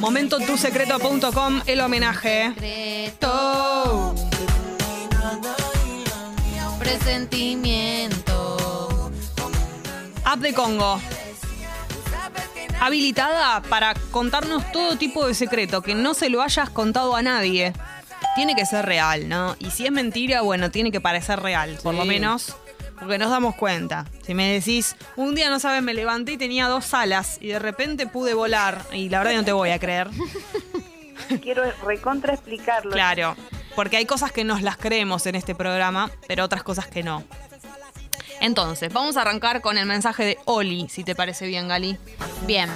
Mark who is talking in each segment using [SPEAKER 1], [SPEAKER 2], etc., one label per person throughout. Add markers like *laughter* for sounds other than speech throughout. [SPEAKER 1] momento tusecreto.com el homenaje.
[SPEAKER 2] Secreto. Presentimiento.
[SPEAKER 1] App de Congo. Habilitada para contarnos todo tipo de secreto, que no se lo hayas contado a nadie. Tiene que ser real, ¿no? Y si es mentira, bueno, tiene que parecer real, por lo
[SPEAKER 3] Sí.
[SPEAKER 1] menos, porque nos damos cuenta. Si me decís, un día no sabes, me levanté y tenía dos alas y de repente pude volar, y la verdad que no te voy a creer.
[SPEAKER 4] Quiero recontra explicarlo.
[SPEAKER 1] Claro, porque hay cosas que nos las creemos en este programa, pero otras cosas que no. Entonces, vamos a arrancar con el mensaje de Oli, si te parece bien, Gali.
[SPEAKER 2] Bien.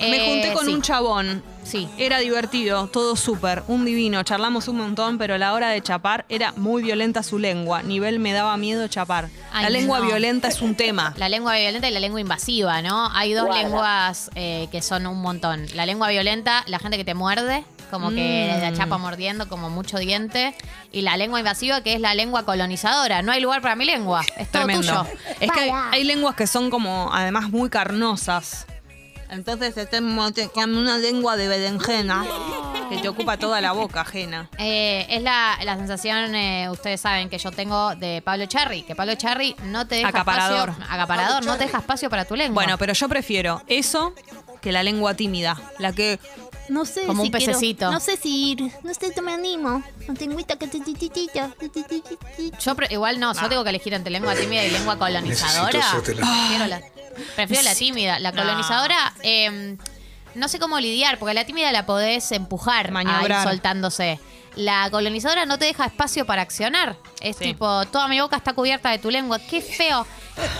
[SPEAKER 1] Me
[SPEAKER 2] Eh,
[SPEAKER 1] junté con
[SPEAKER 2] sí.
[SPEAKER 1] un chabón.
[SPEAKER 2] Sí.
[SPEAKER 1] Era divertido, todo súper, un divino, charlamos un montón, pero a la hora de chapar era muy violenta su lengua. Nivel me daba miedo chapar.
[SPEAKER 2] Ay,
[SPEAKER 1] la lengua
[SPEAKER 2] no.
[SPEAKER 1] violenta es un tema.
[SPEAKER 2] La lengua violenta y la lengua invasiva, ¿no? Hay dos
[SPEAKER 4] Guarda.
[SPEAKER 2] lenguas eh, que son un montón. La lengua violenta, la gente que te muerde, como que
[SPEAKER 1] Mm.
[SPEAKER 2] la chapa mordiendo, como mucho diente. Y la lengua invasiva, que es la lengua colonizadora. No hay lugar para mi lengua. Es todo
[SPEAKER 1] Tremendo.
[SPEAKER 2] tuyo.
[SPEAKER 1] Es que hay, hay lenguas que son como, además, muy carnosas. Entonces, este tenemos una lengua de berenjena que te ocupa toda la boca ajena.
[SPEAKER 2] Eh, es la, la sensación, eh, ustedes saben, que yo tengo de Pablo Charri. Que Pablo Charri no te deja
[SPEAKER 1] Acaparador.
[SPEAKER 2] espacio. Acaparador, no te deja espacio para tu lengua.
[SPEAKER 1] Bueno, pero yo prefiero eso que la lengua tímida, la que
[SPEAKER 5] No sé
[SPEAKER 2] Como
[SPEAKER 5] si
[SPEAKER 2] un
[SPEAKER 5] quiero-
[SPEAKER 2] pececito.
[SPEAKER 5] no sé si ir. No sé si me animo. No tengo ita- que- ti- ti- ti- ti- ti- ti- ti- ti- ti.
[SPEAKER 2] Yo pre- igual no,
[SPEAKER 1] Ah.
[SPEAKER 2] yo tengo que elegir entre lengua tímida y lengua colonizadora.
[SPEAKER 6] Necesito hacerte la-
[SPEAKER 2] Prefiero la, prefiero la tímida. La colonizadora, eh, no sé cómo lidiar, porque la tímida la podés empujar
[SPEAKER 1] Maniobrar.
[SPEAKER 2] a ir soltándose. La colonizadora no te deja espacio para accionar. Es
[SPEAKER 1] Sí.
[SPEAKER 2] tipo, toda mi boca está cubierta de tu lengua. Qué feo.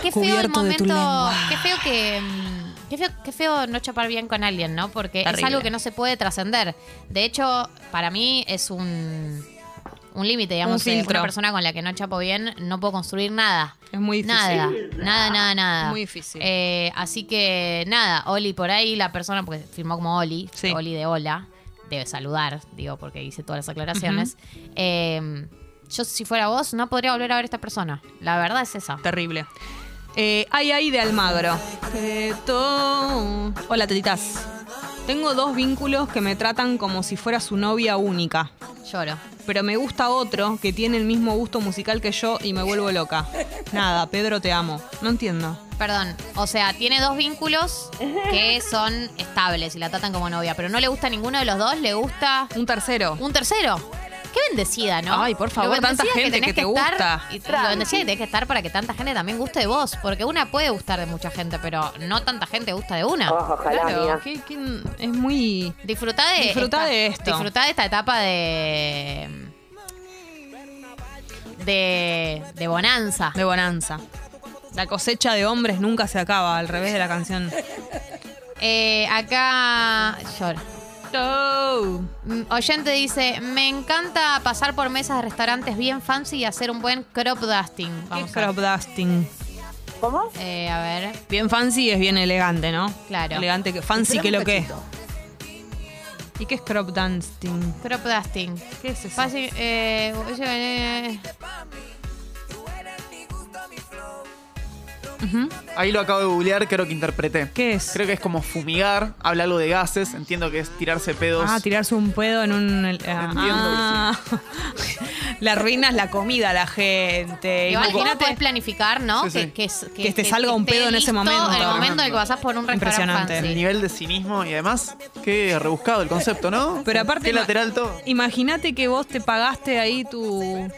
[SPEAKER 2] Qué feo el
[SPEAKER 1] Cubierto de tu
[SPEAKER 2] momento.
[SPEAKER 1] lengua.
[SPEAKER 2] Qué feo que. mm, Qué feo, qué feo no chapar bien con alguien, ¿no? Porque es
[SPEAKER 1] Terrible.
[SPEAKER 2] algo que no se puede trascender. De hecho, para mí es un, un límite, digamos.
[SPEAKER 1] Un
[SPEAKER 2] eh,
[SPEAKER 1] filtro.
[SPEAKER 2] Una persona con la que no chapo bien no puedo construir nada.
[SPEAKER 1] es muy difícil.
[SPEAKER 2] Nada, nada, nada, nada.
[SPEAKER 1] Muy difícil.
[SPEAKER 2] Eh, así que nada, Oli por ahí, la persona, porque firmó como Oli,
[SPEAKER 1] Sí.
[SPEAKER 2] Oli de hola, debe saludar, digo, porque hice todas las aclaraciones. Eh, yo si fuera vos, no podría volver a ver a esta persona. La verdad es esa.
[SPEAKER 1] Terrible. Eh, ay, ay, de Almagro. Teto. Hola, tetitas. Tengo dos vínculos que me tratan como si fuera su novia única.
[SPEAKER 2] Lloro.
[SPEAKER 1] Pero me gusta otro que tiene el mismo gusto musical que yo y me vuelvo loca. Nada, Pedro, te amo. No entiendo.
[SPEAKER 2] Perdón, o sea, tiene dos vínculos
[SPEAKER 1] *laughs*
[SPEAKER 2] que son estables y la tratan como novia, pero no le gusta ninguno de los dos, le gusta
[SPEAKER 1] Un tercero.
[SPEAKER 2] un tercero. Qué bendecida, ¿no?
[SPEAKER 1] Ay, por
[SPEAKER 2] Lo
[SPEAKER 1] favor, tanta
[SPEAKER 2] bendecida
[SPEAKER 1] gente
[SPEAKER 2] tenés
[SPEAKER 1] que te
[SPEAKER 2] estar
[SPEAKER 1] gusta.
[SPEAKER 2] Y, y lo bendecida que tenés que estar para que tanta gente también guste de vos. Porque una puede gustar de mucha gente, pero no tanta gente gusta de una.
[SPEAKER 4] Oh, ojalá,
[SPEAKER 1] Claro,
[SPEAKER 4] mía.
[SPEAKER 1] qué- qué- es muy.
[SPEAKER 2] Disfrutá de.
[SPEAKER 1] Disfrutá
[SPEAKER 2] esta-
[SPEAKER 1] de esto.
[SPEAKER 2] Disfrutá de esta etapa de. de. de bonanza.
[SPEAKER 1] De bonanza. La cosecha de hombres nunca se acaba, al revés de la canción.
[SPEAKER 2] Eh, acá. lloro. Mm, Oyente dice, me encanta pasar por mesas de restaurantes bien fancy y hacer un buen crop dusting.
[SPEAKER 1] Qué
[SPEAKER 2] Vamos a,
[SPEAKER 1] crop dusting.
[SPEAKER 4] ¿Cómo?
[SPEAKER 2] eh, a ver.
[SPEAKER 1] Bien fancy es bien elegante, ¿no?
[SPEAKER 2] Claro.
[SPEAKER 1] Elegante que fancy que lo que. es. ¿Y qué es crop dusting?
[SPEAKER 2] Crop dusting.
[SPEAKER 1] ¿Qué es eso?
[SPEAKER 2] Fácil, eh, oye, eh,
[SPEAKER 1] Ujú.
[SPEAKER 3] Ahí lo acabo de googlear, creo que interpreté.
[SPEAKER 1] ¿Qué es?
[SPEAKER 3] Creo que es como fumigar, habla algo de gases, entiendo que es tirarse pedos.
[SPEAKER 1] Ah, tirarse un pedo en un. el- ah,
[SPEAKER 3] Entiendo
[SPEAKER 1] ah. *laughs* Le arruinas la comida a la gente.
[SPEAKER 2] Igual vos
[SPEAKER 1] Imagínate.
[SPEAKER 2] podés planificar, ¿no?
[SPEAKER 3] Sí, sí.
[SPEAKER 2] Que, es-
[SPEAKER 1] Que te salga un
[SPEAKER 2] esté
[SPEAKER 1] pedo en ese
[SPEAKER 2] listo
[SPEAKER 1] momento.
[SPEAKER 2] En el momento en el que pasás por un
[SPEAKER 1] Impresionante.
[SPEAKER 2] restaurante
[SPEAKER 3] El
[SPEAKER 2] fancy.
[SPEAKER 3] nivel de cinismo y además, qué rebuscado el concepto, ¿no?
[SPEAKER 1] Pero aparte
[SPEAKER 3] Qué
[SPEAKER 1] no-
[SPEAKER 3] lateral todo.
[SPEAKER 1] Imagínate que vos te pagaste ahí tu,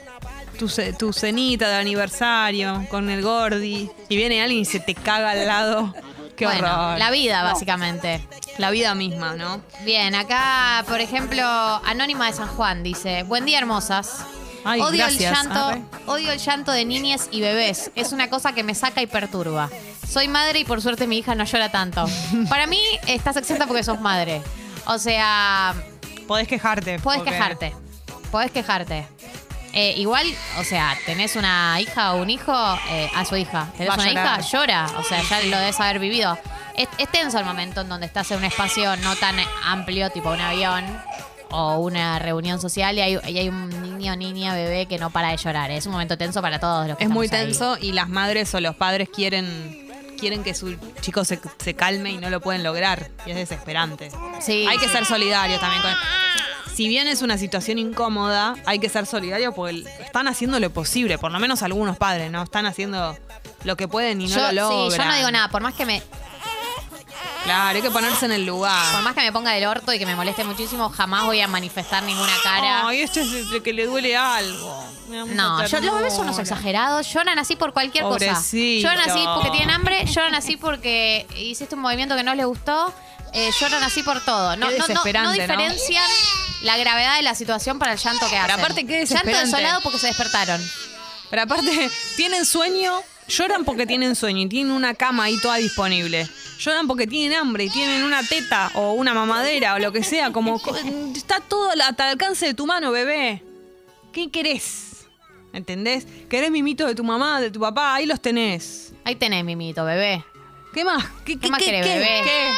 [SPEAKER 1] tu, ce- tu cenita de aniversario con el Gordi y viene alguien y se te caga al lado. Qué
[SPEAKER 2] Bueno,
[SPEAKER 1] horror.
[SPEAKER 2] la vida, básicamente.
[SPEAKER 1] La vida misma, ¿no?
[SPEAKER 2] Bien, acá, por ejemplo, Anónima de San Juan dice, buen día, hermosas.
[SPEAKER 1] Ay,
[SPEAKER 2] odio,
[SPEAKER 1] gracias.
[SPEAKER 2] el llanto,
[SPEAKER 1] Arre.
[SPEAKER 2] odio el llanto de niñas y bebés. Es una cosa que me saca y perturba. Soy madre y por suerte mi hija no llora tanto. Para mí estás exenta porque sos madre. O sea,
[SPEAKER 1] Podés quejarte.
[SPEAKER 2] Podés
[SPEAKER 1] porque-
[SPEAKER 2] quejarte. Podés quejarte. Eh, igual, o sea, tenés una hija o un hijo, eh, a su hija. Tenés
[SPEAKER 1] Va a
[SPEAKER 2] una hija,
[SPEAKER 1] llorar.
[SPEAKER 2] llora. O sea, ya lo debes haber vivido. Es, es tenso el momento en donde estás en un espacio no tan amplio, tipo un avión o una reunión social, y hay, y hay un niño, niña, bebé que no para de llorar. Es un momento tenso para todos los que
[SPEAKER 1] Es muy
[SPEAKER 2] estamos ahí.
[SPEAKER 1] tenso y las madres o los padres quieren, quieren que su chico se, se calme y no lo pueden lograr. Y es desesperante.
[SPEAKER 2] Sí.
[SPEAKER 1] Hay que ser solidario también con. Si bien es una situación incómoda, hay que ser solidario porque el- están haciendo lo posible, por lo menos algunos padres, ¿no? Están haciendo lo que pueden y no
[SPEAKER 2] yo,
[SPEAKER 1] lo logran.
[SPEAKER 2] sí, yo no digo nada, por más que me,
[SPEAKER 1] Claro, hay que ponerse en el
[SPEAKER 2] por
[SPEAKER 1] lugar.
[SPEAKER 2] más que me ponga del orto y que me moleste muchísimo, jamás voy a manifestar ninguna cara.
[SPEAKER 1] Ay, este es el que le duele algo. Me da mucha
[SPEAKER 2] No, yo, los bebés son unos
[SPEAKER 1] ternura.
[SPEAKER 2] exagerados, lloran así por cualquier
[SPEAKER 1] Pobrecito.
[SPEAKER 2] cosa. Lloran así porque tienen hambre, lloran así porque hiciste un movimiento que no les gustó, eh, lloran así por todo. No,
[SPEAKER 1] Qué
[SPEAKER 2] no, no, no
[SPEAKER 1] desesperante, ¿no?
[SPEAKER 2] diferencian la gravedad de la situación para el llanto que hacen.
[SPEAKER 1] aparte, qué
[SPEAKER 2] Llanto
[SPEAKER 1] desesperante.
[SPEAKER 2] desolado porque se despertaron.
[SPEAKER 1] Pero aparte, tienen sueño, lloran porque tienen sueño y tienen una cama ahí toda disponible. Lloran porque tienen hambre y tienen una teta o una mamadera o lo que sea. Como co- está todo al- hasta el alcance de tu mano, bebé. ¿Qué querés? ¿Entendés? ¿Querés mimitos de tu mamá, de tu papá? Ahí los tenés.
[SPEAKER 2] Ahí tenés, mimito, bebé.
[SPEAKER 1] ¿Qué más? ¿Qué,
[SPEAKER 2] más querés, bebé?
[SPEAKER 1] qué?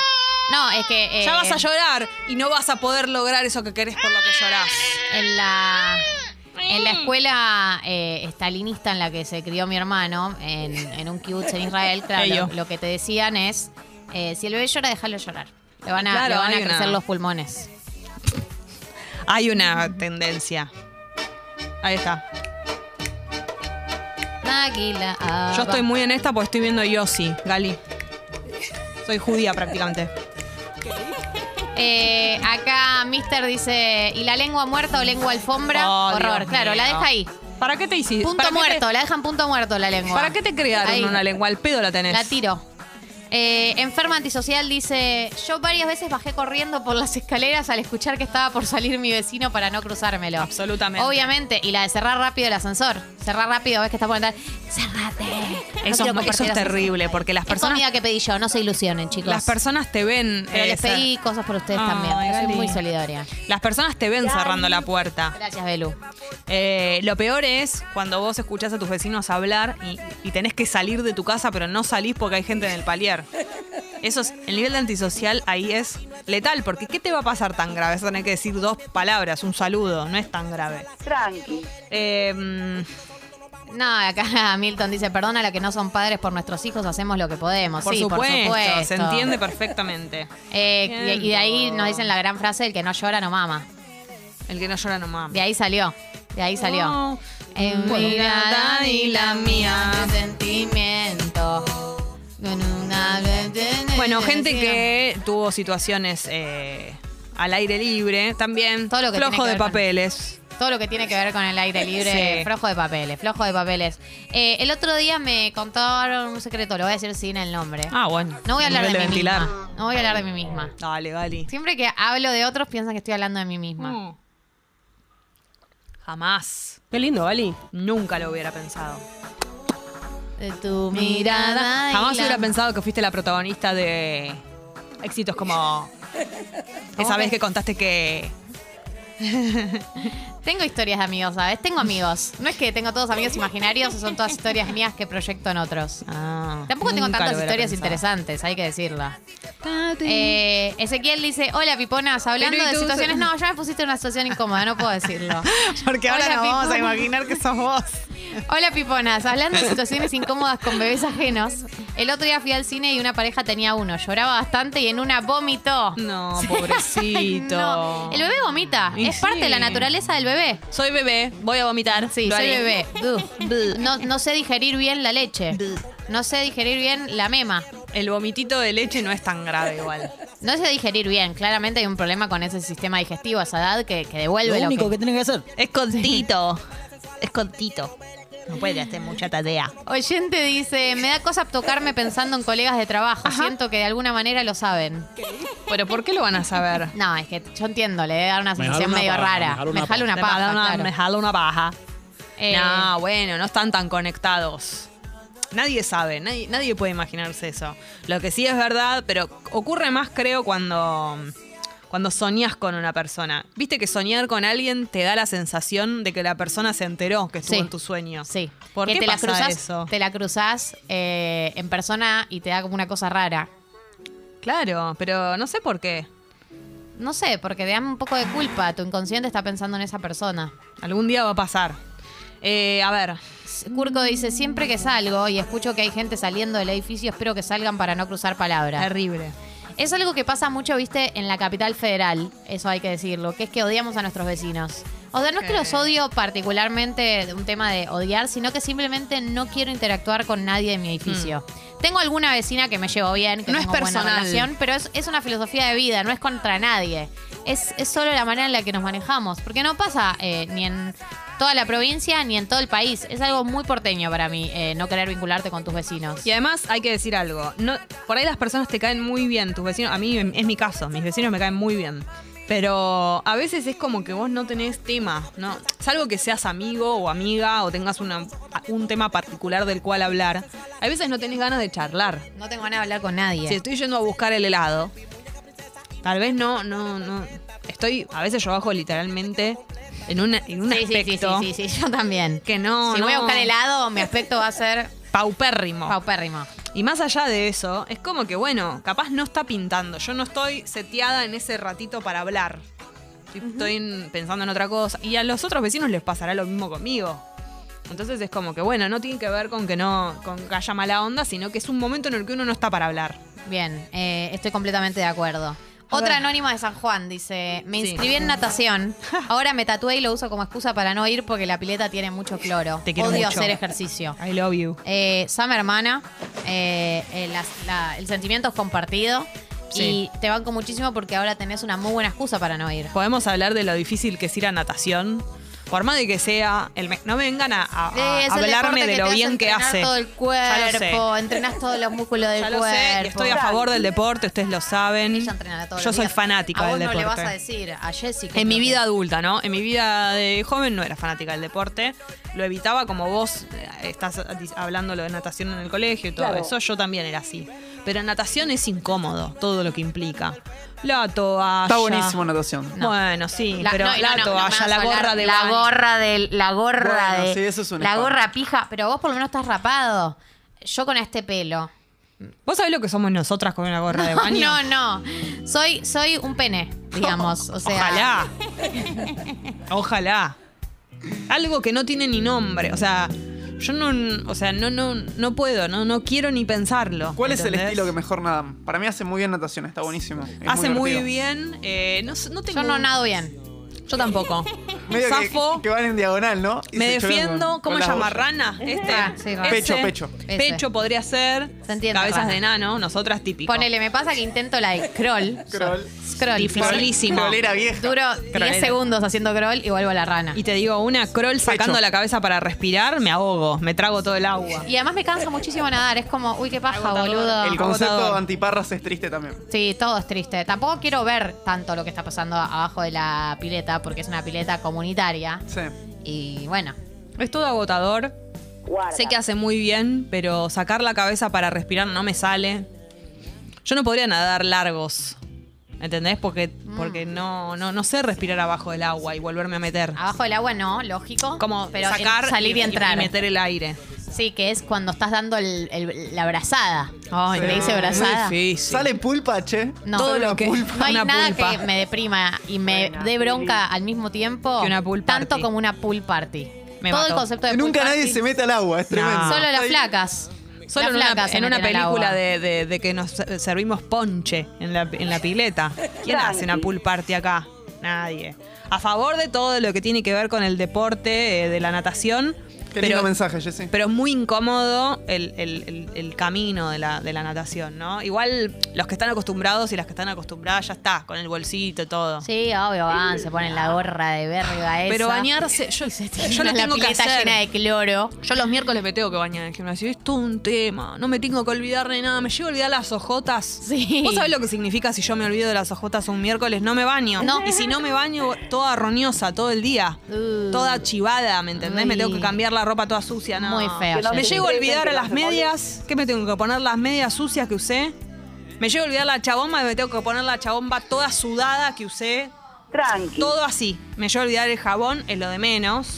[SPEAKER 2] No, es que. eh,
[SPEAKER 1] Ya vas a llorar y no vas a poder lograr eso que querés por lo que llorás.
[SPEAKER 2] En la, en la
[SPEAKER 1] Mm.
[SPEAKER 2] escuela eh, estalinista en la que se crió mi hermano, en, en un kibutz en Israel, claro,
[SPEAKER 1] Ello.
[SPEAKER 2] lo, lo que te decían es, eh, si el bebé llora, déjalo llorar. Le van a,
[SPEAKER 1] Claro,
[SPEAKER 2] le van a
[SPEAKER 1] hay una-
[SPEAKER 2] crecer los pulmones.
[SPEAKER 1] Hay una tendencia. Ahí está.
[SPEAKER 2] Águila, ah,
[SPEAKER 1] Yo
[SPEAKER 2] va.
[SPEAKER 1] estoy muy en esta porque estoy viendo Yossi, Gali. Soy judía prácticamente.
[SPEAKER 2] Eh, acá Mister dice, ¿y la lengua muerta o lengua alfombra?
[SPEAKER 1] Oh,
[SPEAKER 2] Horror,
[SPEAKER 1] Dios
[SPEAKER 2] claro, la
[SPEAKER 1] mío.
[SPEAKER 2] deja ahí.
[SPEAKER 1] ¿Para qué te hiciste? ¿Para
[SPEAKER 2] Punto
[SPEAKER 1] qué te-
[SPEAKER 2] muerto, la dejan punto muerto la lengua.
[SPEAKER 1] ¿Para qué te crearon
[SPEAKER 2] Ahí.
[SPEAKER 1] una lengua? Al pedo la tenés.
[SPEAKER 2] La tiro. Eh, enferma antisocial dice, yo varias veces bajé corriendo por las escaleras al escuchar que estaba por salir mi vecino para no cruzármelo.
[SPEAKER 1] Absolutamente.
[SPEAKER 2] Obviamente, y la de cerrar rápido el ascensor. Cerrar rápido, ves que está por entrar. Cerrate. No
[SPEAKER 1] Eso,
[SPEAKER 2] quiero
[SPEAKER 1] es- eso
[SPEAKER 2] compartir
[SPEAKER 1] es
[SPEAKER 2] ascensor.
[SPEAKER 1] terrible porque las
[SPEAKER 2] Es comida
[SPEAKER 1] personas,
[SPEAKER 2] que pedí yo, no se ilusionen, chicos.
[SPEAKER 1] las personas te ven.
[SPEAKER 2] Pero
[SPEAKER 1] eh,
[SPEAKER 2] les
[SPEAKER 1] cer-
[SPEAKER 2] pedí cosas por ustedes
[SPEAKER 1] Ay,
[SPEAKER 2] también. Yo soy
[SPEAKER 1] Gali.
[SPEAKER 2] muy solidaria.
[SPEAKER 1] Las personas te ven cerrando la puerta.
[SPEAKER 2] Gracias, Belu.
[SPEAKER 1] Eh, lo peor es cuando vos escuchás a tus vecinos hablar y, y tenés que salir de tu casa, pero no salís porque hay gente en el palier. Eso es, el nivel de antisocial ahí es letal, porque ¿qué te va a pasar tan grave? Vas a tener que decir dos palabras, un saludo, no es tan grave.
[SPEAKER 4] Tranqui.
[SPEAKER 1] Eh, mm,
[SPEAKER 2] No, acá *laughs* Milton dice, perdona a los que no son padres por nuestros hijos, hacemos lo que podemos.
[SPEAKER 1] por,
[SPEAKER 2] sí,
[SPEAKER 1] supuesto,
[SPEAKER 2] por supuesto.
[SPEAKER 1] se entiende perfectamente.
[SPEAKER 2] Eh, y y de ahí
[SPEAKER 1] Siento.
[SPEAKER 2] nos dicen la gran frase, el que no llora no mama.
[SPEAKER 1] El que no llora no mama.
[SPEAKER 2] De ahí salió, de ahí salió.
[SPEAKER 1] No.
[SPEAKER 2] En
[SPEAKER 1] Bueno.
[SPEAKER 2] mi mirada y la mía, mi sentimiento. En una-
[SPEAKER 1] Bueno, gente que tuvo situaciones eh, al aire libre, también
[SPEAKER 2] Todo lo que tiene
[SPEAKER 1] flojo
[SPEAKER 2] que
[SPEAKER 1] de
[SPEAKER 2] ver con-
[SPEAKER 1] papeles.
[SPEAKER 2] Todo lo que tiene que ver con el aire libre,
[SPEAKER 1] Sí.
[SPEAKER 2] flojo de papeles, flojo de papeles. Eh, el otro día me contaron un secreto, lo voy a decir sin el nombre.
[SPEAKER 1] Ah, bueno.
[SPEAKER 2] no voy a hablar de
[SPEAKER 1] Nivel
[SPEAKER 2] mí
[SPEAKER 1] ventilar.
[SPEAKER 2] misma. No voy a hablar de mí misma.
[SPEAKER 1] Dale, Gali.
[SPEAKER 2] Siempre que hablo de otros piensan que estoy hablando de mí misma.
[SPEAKER 1] Mm. Jamás.
[SPEAKER 6] Qué lindo, Gali.
[SPEAKER 1] Nunca lo hubiera pensado.
[SPEAKER 2] De tu mirada. y
[SPEAKER 1] Jamás
[SPEAKER 2] la-
[SPEAKER 1] hubiera pensado que fuiste la protagonista de éxitos
[SPEAKER 2] *laughs*
[SPEAKER 1] como esa vez que contaste que
[SPEAKER 2] Tengo historias de amigos, ¿sabes? Tengo amigos. No es que tengo todos amigos imaginarios, son todas historias mías que proyecto en otros.
[SPEAKER 1] Ah,
[SPEAKER 2] Tampoco tengo
[SPEAKER 1] nunca
[SPEAKER 2] tantas
[SPEAKER 1] lo hubiera
[SPEAKER 2] historias
[SPEAKER 1] pensado.
[SPEAKER 2] interesantes, hay que decirlo. Eh, Ezequiel dice, hola Piponas, hablando
[SPEAKER 1] Pero, ¿y
[SPEAKER 2] de
[SPEAKER 1] tú?
[SPEAKER 2] situaciones... No, ya me pusiste en una situación incómoda, no puedo decirlo.
[SPEAKER 1] *laughs* Porque ahora
[SPEAKER 2] Hola,
[SPEAKER 1] nos vamos a
[SPEAKER 2] Pipo.
[SPEAKER 1] imaginar que sos vos.
[SPEAKER 2] *laughs* Hola Piponas, hablando de situaciones incómodas con bebés ajenos. El otro día fui al cine y una pareja tenía uno, lloraba bastante y en una vomitó.
[SPEAKER 1] No,
[SPEAKER 2] *laughs*
[SPEAKER 1] pobrecito.
[SPEAKER 2] No, El bebé vomita,
[SPEAKER 1] Y
[SPEAKER 2] es parte de la
[SPEAKER 1] sí.
[SPEAKER 2] naturaleza del bebé.
[SPEAKER 1] Soy bebé, voy a vomitar.
[SPEAKER 2] Sí,
[SPEAKER 1] Lo
[SPEAKER 2] soy
[SPEAKER 1] haré.
[SPEAKER 2] bebé.
[SPEAKER 1] *laughs*
[SPEAKER 2] Duh. No, no sé digerir bien la leche. No sé digerir bien la mema.
[SPEAKER 1] El vomitito de leche no es tan grave igual.
[SPEAKER 2] No sé digerir bien. Claramente hay un problema con ese sistema digestivo a esa edad que, que devuelve lo, que...
[SPEAKER 6] tienen que hacer.
[SPEAKER 1] Es cortito. Es cortito. No puede hacer mucha tarea.
[SPEAKER 2] Oyente dice, me da cosa tocarme pensando en colegas de trabajo. Siento que de alguna manera lo saben.
[SPEAKER 1] Pero ¿por qué lo van a saber?
[SPEAKER 2] No, es que yo entiendo, le debe dar una
[SPEAKER 7] Me jalo
[SPEAKER 2] sensación
[SPEAKER 7] una
[SPEAKER 2] medio
[SPEAKER 7] paja, me
[SPEAKER 2] rara.
[SPEAKER 7] jalo una
[SPEAKER 2] Me jalo una
[SPEAKER 1] Me
[SPEAKER 2] paja,
[SPEAKER 1] jalo una-
[SPEAKER 2] claro.
[SPEAKER 1] Me jalo una paja.
[SPEAKER 2] Eh,
[SPEAKER 1] No, bueno, no están tan conectados. Nadie sabe, nadie, nadie puede imaginarse eso. Lo que sí es verdad, pero ocurre más, creo, cuando, cuando soñás con una persona. Viste que soñar con alguien te da la sensación de que la persona se enteró que estuvo
[SPEAKER 2] Sí.
[SPEAKER 1] en tu sueño.
[SPEAKER 2] Sí.
[SPEAKER 1] ¿Por
[SPEAKER 2] Que
[SPEAKER 1] qué
[SPEAKER 2] te
[SPEAKER 1] pasa
[SPEAKER 2] la cruzás,
[SPEAKER 1] eso?
[SPEAKER 2] Te la cruzás eh, en persona y te da como una cosa rara.
[SPEAKER 1] Claro, pero no sé por qué.
[SPEAKER 2] No sé, porque te dan un poco de culpa. Tu inconsciente está pensando en esa persona.
[SPEAKER 1] Algún día va a pasar. Eh, a ver,
[SPEAKER 2] Luis Curco dice, siempre que salgo y escucho que hay gente saliendo del edificio, espero que salgan para no cruzar palabras.
[SPEAKER 1] Terrible.
[SPEAKER 2] Es algo que pasa mucho, viste, en la capital federal, eso hay que decirlo, que es que odiamos a nuestros vecinos. O sea, no es que los odio particularmente de un tema de odiar, sino que simplemente no quiero interactuar con nadie de mi edificio. Tengo alguna vecina que me llevo bien, que
[SPEAKER 6] Hmm. No es
[SPEAKER 2] tengo buena
[SPEAKER 6] personal.
[SPEAKER 2] relación, pero es, es una filosofía de vida, no es contra nadie. Es, es solo la manera en la que nos manejamos, porque no pasa eh, ni en toda la provincia ni en todo el país. Es algo muy porteño para mí, eh, no querer vincularte con tus vecinos.
[SPEAKER 1] Y además hay que decir algo. No, por ahí las personas te caen muy bien, tus vecinos. A mí es mi caso, mis vecinos me caen muy bien. Pero a veces es como que vos no tenés tema, ¿no? Salvo que seas amigo o amiga o tengas una- un tema particular del cual hablar. A veces no tenés ganas de charlar.
[SPEAKER 2] No tengo ganas de hablar con nadie.
[SPEAKER 1] Si estoy yendo a buscar el helado, tal vez no, no, no. Estoy, a veces yo bajo literalmente en, una, en un
[SPEAKER 2] Sí, sí, sí,
[SPEAKER 1] aspecto
[SPEAKER 2] sí, sí, sí, yo también.
[SPEAKER 1] que no.
[SPEAKER 2] si voy a
[SPEAKER 1] no,
[SPEAKER 2] buscar helado, mi aspecto va
[SPEAKER 1] *laughs*
[SPEAKER 2] a ser
[SPEAKER 1] Paupérrimo.
[SPEAKER 2] paupérrimo.
[SPEAKER 1] Y más allá de eso, es como que, bueno, capaz no está pintando. Yo no estoy seteada en ese ratito para hablar. Estoy, estoy en- pensando en otra cosa. Y a los otros vecinos les pasará lo mismo conmigo. Entonces es como que, bueno, no tiene que ver con que no con que haya mala onda, sino que es un momento en el que uno no está para hablar.
[SPEAKER 2] Bien, eh, estoy completamente de acuerdo. Otra anónima de San Juan dice, me
[SPEAKER 1] Sí.
[SPEAKER 2] inscribí en natación, ahora me tatué y lo uso como excusa para no ir porque la pileta tiene mucho cloro.
[SPEAKER 1] Te quiero
[SPEAKER 2] Odio
[SPEAKER 1] mucho.
[SPEAKER 2] hacer ejercicio.
[SPEAKER 1] I love you.
[SPEAKER 2] Eh, Sama hermana, eh, eh, las- la- el sentimiento es compartido
[SPEAKER 1] Sí.
[SPEAKER 2] y te banco muchísimo porque ahora tenés una muy buena excusa para no ir.
[SPEAKER 1] Podemos hablar de lo difícil que es ir a natación. Por más de que sea, el me- no me vengan a, a- a
[SPEAKER 2] Sí, es el
[SPEAKER 1] hablarme
[SPEAKER 2] deporte
[SPEAKER 1] de
[SPEAKER 2] te
[SPEAKER 1] lo
[SPEAKER 2] hace
[SPEAKER 1] bien que
[SPEAKER 2] entrenar
[SPEAKER 1] hace.
[SPEAKER 2] todo el
[SPEAKER 1] Ya lo sé.
[SPEAKER 2] cuerpo, entrenas todos los músculos del
[SPEAKER 1] Ya lo
[SPEAKER 2] cuerpo.
[SPEAKER 1] sé, y estoy a favor del deporte, ustedes lo saben.
[SPEAKER 2] Ella entrenará todos
[SPEAKER 1] Yo
[SPEAKER 2] los
[SPEAKER 1] soy
[SPEAKER 2] días.
[SPEAKER 1] fanática
[SPEAKER 2] a
[SPEAKER 1] del
[SPEAKER 2] vos no
[SPEAKER 1] deporte.
[SPEAKER 2] le vas a decir a Jessica.
[SPEAKER 1] En mi vida adulta, ¿no? En mi vida de joven no era fanática del deporte. Lo evitaba como vos eh, estás di- hablando lo de natación en el colegio y todo
[SPEAKER 4] Claro.
[SPEAKER 1] eso. Yo también era así. Pero en natación es incómodo todo lo que implica. La toalla.
[SPEAKER 3] Está buenísimo natación.
[SPEAKER 1] Bueno, sí,
[SPEAKER 2] La,
[SPEAKER 1] pero
[SPEAKER 2] no, y no,
[SPEAKER 1] la
[SPEAKER 2] no, no me vas
[SPEAKER 1] toalla,
[SPEAKER 2] a
[SPEAKER 1] la
[SPEAKER 2] hablar
[SPEAKER 1] gorra de
[SPEAKER 2] la
[SPEAKER 1] baño.
[SPEAKER 2] gorra de la gorra
[SPEAKER 3] Bueno,
[SPEAKER 2] de
[SPEAKER 3] sí, eso es un
[SPEAKER 2] la
[SPEAKER 3] espanto.
[SPEAKER 2] gorra pija, pero vos por lo menos estás rapado. Yo con este pelo.
[SPEAKER 1] ¿Vos sabés lo que somos nosotras con una gorra de baño?
[SPEAKER 2] *laughs* No, no. Soy soy un pene, digamos, o sea.
[SPEAKER 1] Ojalá. *laughs* Ojalá. Algo que no tiene ni nombre. O sea, yo no, o sea, no, no, no puedo, no, no quiero ni pensarlo.
[SPEAKER 3] ¿Cuál es el
[SPEAKER 1] ¿entendés?
[SPEAKER 3] estilo que mejor nadan? Para mí hace muy bien natación, está buenísimo. Es
[SPEAKER 1] Hace muy,
[SPEAKER 3] divertido.
[SPEAKER 1] bien. eh, no, sé- no tengo.
[SPEAKER 2] Yo no nado bien.
[SPEAKER 1] *laughs* Yo tampoco.
[SPEAKER 3] Medio que-
[SPEAKER 1] Zafo.
[SPEAKER 3] Que, van en diagonal, ¿no? Y
[SPEAKER 1] me
[SPEAKER 3] se chocan
[SPEAKER 1] defiendo.
[SPEAKER 3] con-
[SPEAKER 1] ¿Cómo
[SPEAKER 3] con
[SPEAKER 1] se
[SPEAKER 3] las
[SPEAKER 1] llama?
[SPEAKER 3] ollas.
[SPEAKER 1] ¿Rana? Este.
[SPEAKER 2] Ah, sí, rana.
[SPEAKER 3] Pecho,
[SPEAKER 1] Ese.
[SPEAKER 3] pecho.
[SPEAKER 2] Ese.
[SPEAKER 1] Pecho podría ser.
[SPEAKER 2] Se entiende,
[SPEAKER 1] Cabezas
[SPEAKER 2] rana.
[SPEAKER 1] de enano, nosotras típicas.
[SPEAKER 2] Ponele, me pasa que intento la de crawl.
[SPEAKER 3] Crawl.
[SPEAKER 2] Scroll.
[SPEAKER 1] Dificilísimo.
[SPEAKER 3] Crolera vieja.
[SPEAKER 2] Duro 10
[SPEAKER 1] Crawlera.
[SPEAKER 2] segundos haciendo crawl y vuelvo a la rana.
[SPEAKER 1] Y te digo, una Kroll sacando la cabeza para respirar, me ahogo, me trago todo el agua.
[SPEAKER 2] Y además me cansa muchísimo nadar. Es como, uy, qué paja,
[SPEAKER 1] Agotador.
[SPEAKER 2] boludo.
[SPEAKER 3] El concepto
[SPEAKER 1] Agotador.
[SPEAKER 3] de antiparras es triste también.
[SPEAKER 2] Sí, todo es triste. Tampoco quiero ver tanto lo que está pasando abajo de la pileta, porque es una pileta comunitaria.
[SPEAKER 3] Sí.
[SPEAKER 2] Y bueno,
[SPEAKER 1] Es todo agotador.
[SPEAKER 4] Guarda.
[SPEAKER 1] Sé que hace muy bien, pero sacar la cabeza para respirar no me sale. Yo no podría nadar largos. ¿Entendés? Porque,
[SPEAKER 2] Mm.
[SPEAKER 1] porque no, no, no sé respirar abajo del agua y volverme a meter.
[SPEAKER 2] abajo del agua no, lógico.
[SPEAKER 1] Como
[SPEAKER 2] Ah, pero en-
[SPEAKER 1] sacar
[SPEAKER 2] salir y, entrar.
[SPEAKER 1] meter el aire.
[SPEAKER 2] Sí, que es cuando estás dando el- el- la brazada. Ay, ¿Le dice brazada?
[SPEAKER 3] ¿Sale pulpa, che?
[SPEAKER 2] No,
[SPEAKER 1] Todo
[SPEAKER 2] Sale
[SPEAKER 1] lo
[SPEAKER 2] una
[SPEAKER 1] que-
[SPEAKER 2] pulpa. no hay
[SPEAKER 1] una
[SPEAKER 2] nada
[SPEAKER 1] pulpa.
[SPEAKER 2] que me deprima y me dé bronca al mismo tiempo.
[SPEAKER 1] Que una pool
[SPEAKER 2] tanto
[SPEAKER 1] party.
[SPEAKER 2] como una pool party.
[SPEAKER 1] Me
[SPEAKER 2] Todo el
[SPEAKER 1] mató.
[SPEAKER 2] concepto de
[SPEAKER 3] Que
[SPEAKER 2] pool
[SPEAKER 3] Nunca nadie
[SPEAKER 2] party.
[SPEAKER 3] se mete al agua, es tremendo.
[SPEAKER 1] No.
[SPEAKER 2] Solo las
[SPEAKER 3] Ahí-
[SPEAKER 2] flacas.
[SPEAKER 1] Solo
[SPEAKER 2] Las
[SPEAKER 1] en una,
[SPEAKER 2] flacas se
[SPEAKER 1] en una
[SPEAKER 2] meten al agua.
[SPEAKER 1] película de, de- de que nos eh, servimos ponche en la, en la pileta. ¿Quién hace una pool party acá? Nadie. A favor de todo lo que tiene que ver con el deporte, eh, de la natación.
[SPEAKER 3] Qué lindo
[SPEAKER 1] pero,
[SPEAKER 3] mensaje, Jessy.
[SPEAKER 1] pero es muy incómodo el, el- el- el camino de la, de la natación, ¿no? Igual los que están acostumbrados y las que están acostumbradas ya está, con el bolsito y todo.
[SPEAKER 2] Sí, obvio, van, se ponen la gorra de verga esa.
[SPEAKER 1] Pero
[SPEAKER 2] *laughs*
[SPEAKER 1] bañarse, yo, yo lo
[SPEAKER 2] Tienen la
[SPEAKER 1] tengo que
[SPEAKER 2] pileta
[SPEAKER 1] hacer.
[SPEAKER 2] llena de cloro.
[SPEAKER 1] Yo los miércoles me tengo que bañar en el gimnasio. Es todo un tema. No me tengo que olvidar de nada. Me llevo a olvidar las ojotas.
[SPEAKER 2] Sí.
[SPEAKER 1] ¿Vos sabés lo que significa si yo me olvido de las ojotas un miércoles? No me baño.
[SPEAKER 2] No.
[SPEAKER 1] Y si no me baño, toda roñosa todo el día.
[SPEAKER 2] Uh.
[SPEAKER 1] Toda chivada, ¿me entendés? Me tengo que
[SPEAKER 2] Uy.
[SPEAKER 1] cambiar la ropa toda sucia. No.
[SPEAKER 2] Muy feo,
[SPEAKER 4] Que no
[SPEAKER 1] Me
[SPEAKER 4] Sí.
[SPEAKER 1] llego a olvidar a
[SPEAKER 4] Sí.
[SPEAKER 1] las medias. ¿Qué me tengo que poner? Las medias sucias que usé. Me llego a olvidar la chabomba y me tengo que poner la chabomba toda sudada que usé.
[SPEAKER 4] Tranqui.
[SPEAKER 1] Todo así. Me llevo a olvidar el jabón, es lo de menos.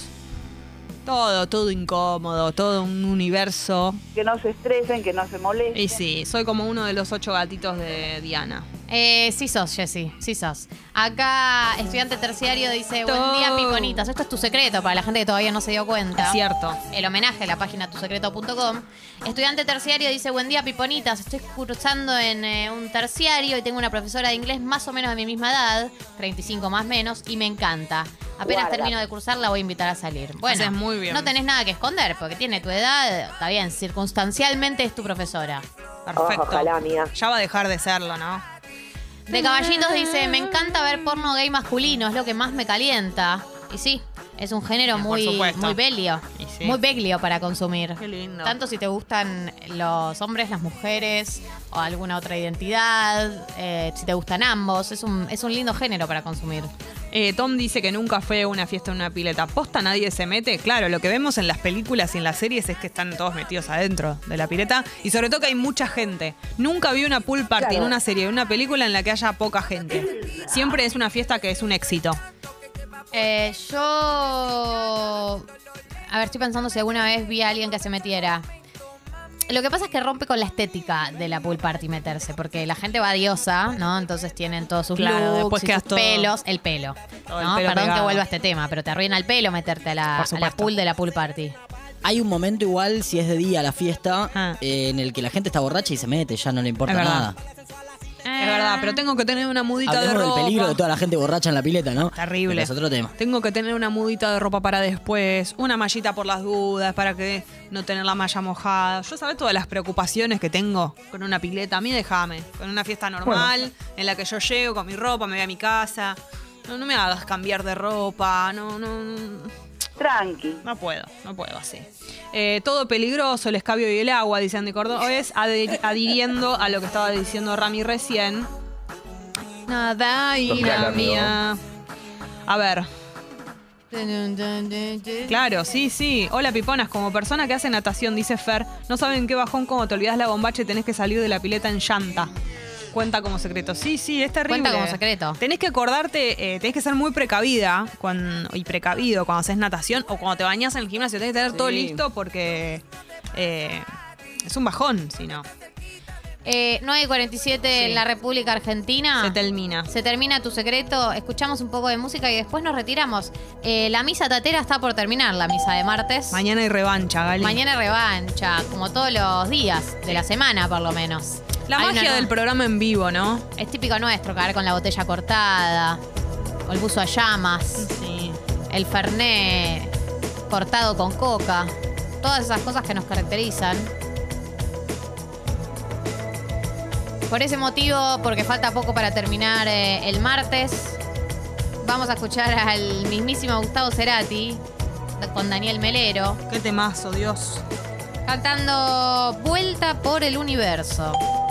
[SPEAKER 1] Todo, todo incómodo, todo un universo.
[SPEAKER 4] Que no se estresen, que no se molesten.
[SPEAKER 1] Y sí, soy como uno de los ocho gatitos de Diana.
[SPEAKER 2] Eh, sí sos, Jessy, sí sos. Acá, estudiante terciario dice, buen día,
[SPEAKER 1] Todo.
[SPEAKER 2] piponitas. Esto es tu secreto para la gente que todavía no se dio cuenta.
[SPEAKER 1] Cierto.
[SPEAKER 2] El homenaje a la página tusecreto.com. Estudiante terciario dice, buen día, piponitas. Estoy cursando en eh, un terciario y tengo una profesora de inglés más o menos de mi misma edad, 35 más menos, y me encanta. Apenas
[SPEAKER 4] Guarda.
[SPEAKER 2] termino de cursar, la voy a invitar a salir. Bueno,
[SPEAKER 1] Haces muy bien.
[SPEAKER 2] no tenés nada que esconder, porque tiene tu edad, está bien, circunstancialmente es tu profesora.
[SPEAKER 1] Perfecto.
[SPEAKER 4] ojalá, mía.
[SPEAKER 1] Ya va a dejar de serlo, ¿no?
[SPEAKER 2] De Caballitos dice, me encanta ver porno gay masculino, es lo que más me calienta. Y sí, es un género
[SPEAKER 1] Eh, por
[SPEAKER 2] muy,
[SPEAKER 1] supuesto.
[SPEAKER 2] muy belio.
[SPEAKER 1] Y sí.
[SPEAKER 2] Muy belio para consumir.
[SPEAKER 1] Qué lindo.
[SPEAKER 2] Tanto si te gustan los hombres, las mujeres o alguna otra identidad, eh, si te gustan ambos, es un, es un lindo género para consumir.
[SPEAKER 1] Eh, Tom dice que nunca fue a una fiesta en una pileta. ¿Posta nadie se mete? Claro, lo que vemos en las películas y en las series es que están todos metidos adentro de la pileta. Y sobre todo que hay mucha gente. Nunca vi una pool party en una serie, en una película en la que haya poca gente. Siempre es una fiesta que es un éxito.
[SPEAKER 2] Eh, yo... A ver, estoy pensando si alguna vez vi a alguien que se metiera. Lo que pasa es que rompe con la estética de la pool party meterse, porque la gente va diosa, ¿no? Entonces tienen todos sus
[SPEAKER 1] Claro,
[SPEAKER 2] looks
[SPEAKER 1] después
[SPEAKER 2] y
[SPEAKER 1] quedas
[SPEAKER 2] sus
[SPEAKER 1] todo-
[SPEAKER 2] pelos, el pelo.
[SPEAKER 1] todo el
[SPEAKER 2] ¿no?
[SPEAKER 1] pelo
[SPEAKER 2] Perdón que
[SPEAKER 1] pegado.
[SPEAKER 2] vuelva a este tema, pero te arruina el pelo meterte a la,
[SPEAKER 1] Por
[SPEAKER 2] a la
[SPEAKER 1] supuesto.
[SPEAKER 2] pool de la pool party.
[SPEAKER 6] Hay un momento igual, si es de día la fiesta,
[SPEAKER 1] Ah.
[SPEAKER 6] eh, en el que la gente está borracha y se mete, ya no le importa
[SPEAKER 1] Es verdad.
[SPEAKER 6] nada.
[SPEAKER 1] Es verdad, pero tengo que tener una mudita de
[SPEAKER 6] Hablemos del
[SPEAKER 1] ropa.
[SPEAKER 6] peligro de toda la gente borracha en la pileta, ¿no?
[SPEAKER 1] Terrible.
[SPEAKER 6] Pero Es otro tema.
[SPEAKER 1] Tengo que tener una mudita de ropa para después, una mallita por las dudas, para que no tener la malla mojada. Yo sabés todas las preocupaciones que tengo con una pileta. A mí déjame. Con una fiesta normal, en la que yo llego con mi ropa, me voy a mi casa. No, no me hagas cambiar de ropa. No, no, no.
[SPEAKER 4] Tranqui.
[SPEAKER 1] No puedo, no puedo así. Eh, todo peligroso, el escabio y el agua, dice Andy Cordón. Es adhi- adhiriendo a lo que estaba diciendo Rami recién. Nada, y
[SPEAKER 7] Social,
[SPEAKER 1] la
[SPEAKER 7] amigo.
[SPEAKER 1] mía. A ver, Claro, sí, sí. Hola, piponas. Como persona que hace natación, dice Fer, no saben qué bajón como te olvidas la bombacha y tenés que salir de la pileta en llanta. Cuenta como secreto. Sí, sí, es terrible.
[SPEAKER 2] Cuenta como secreto.
[SPEAKER 1] Tenés que acordarte, eh, tenés que ser muy precavida cuan- y precavido cuando haces natación o cuando te bañas en el gimnasio. Tenés que tener todo listo porque eh, es un bajón, si no.
[SPEAKER 2] Eh, 9.47 en la República Argentina.
[SPEAKER 1] Se termina.
[SPEAKER 2] Se termina tu secreto, escuchamos un poco de música y después nos retiramos. Eh, la misa tatera está por terminar, la misa de martes.
[SPEAKER 1] Mañana hay revancha, Gali.
[SPEAKER 2] Mañana revancha, como todos los días de la semana por lo menos.
[SPEAKER 1] La
[SPEAKER 2] Hay una
[SPEAKER 1] magia
[SPEAKER 2] nueva-
[SPEAKER 1] del programa en vivo, ¿no?
[SPEAKER 2] Es típico nuestro, caer con la botella cortada, o el buzo a llamas,
[SPEAKER 1] Sí.
[SPEAKER 2] el fernet cortado con coca, todas esas cosas que nos caracterizan. Por ese motivo, porque falta poco para terminar eh, el martes, vamos a escuchar al mismísimo Gustavo Cerati con Daniel Melero
[SPEAKER 1] Qué temazo, Dios.
[SPEAKER 2] cantando Vuelta por el Universo.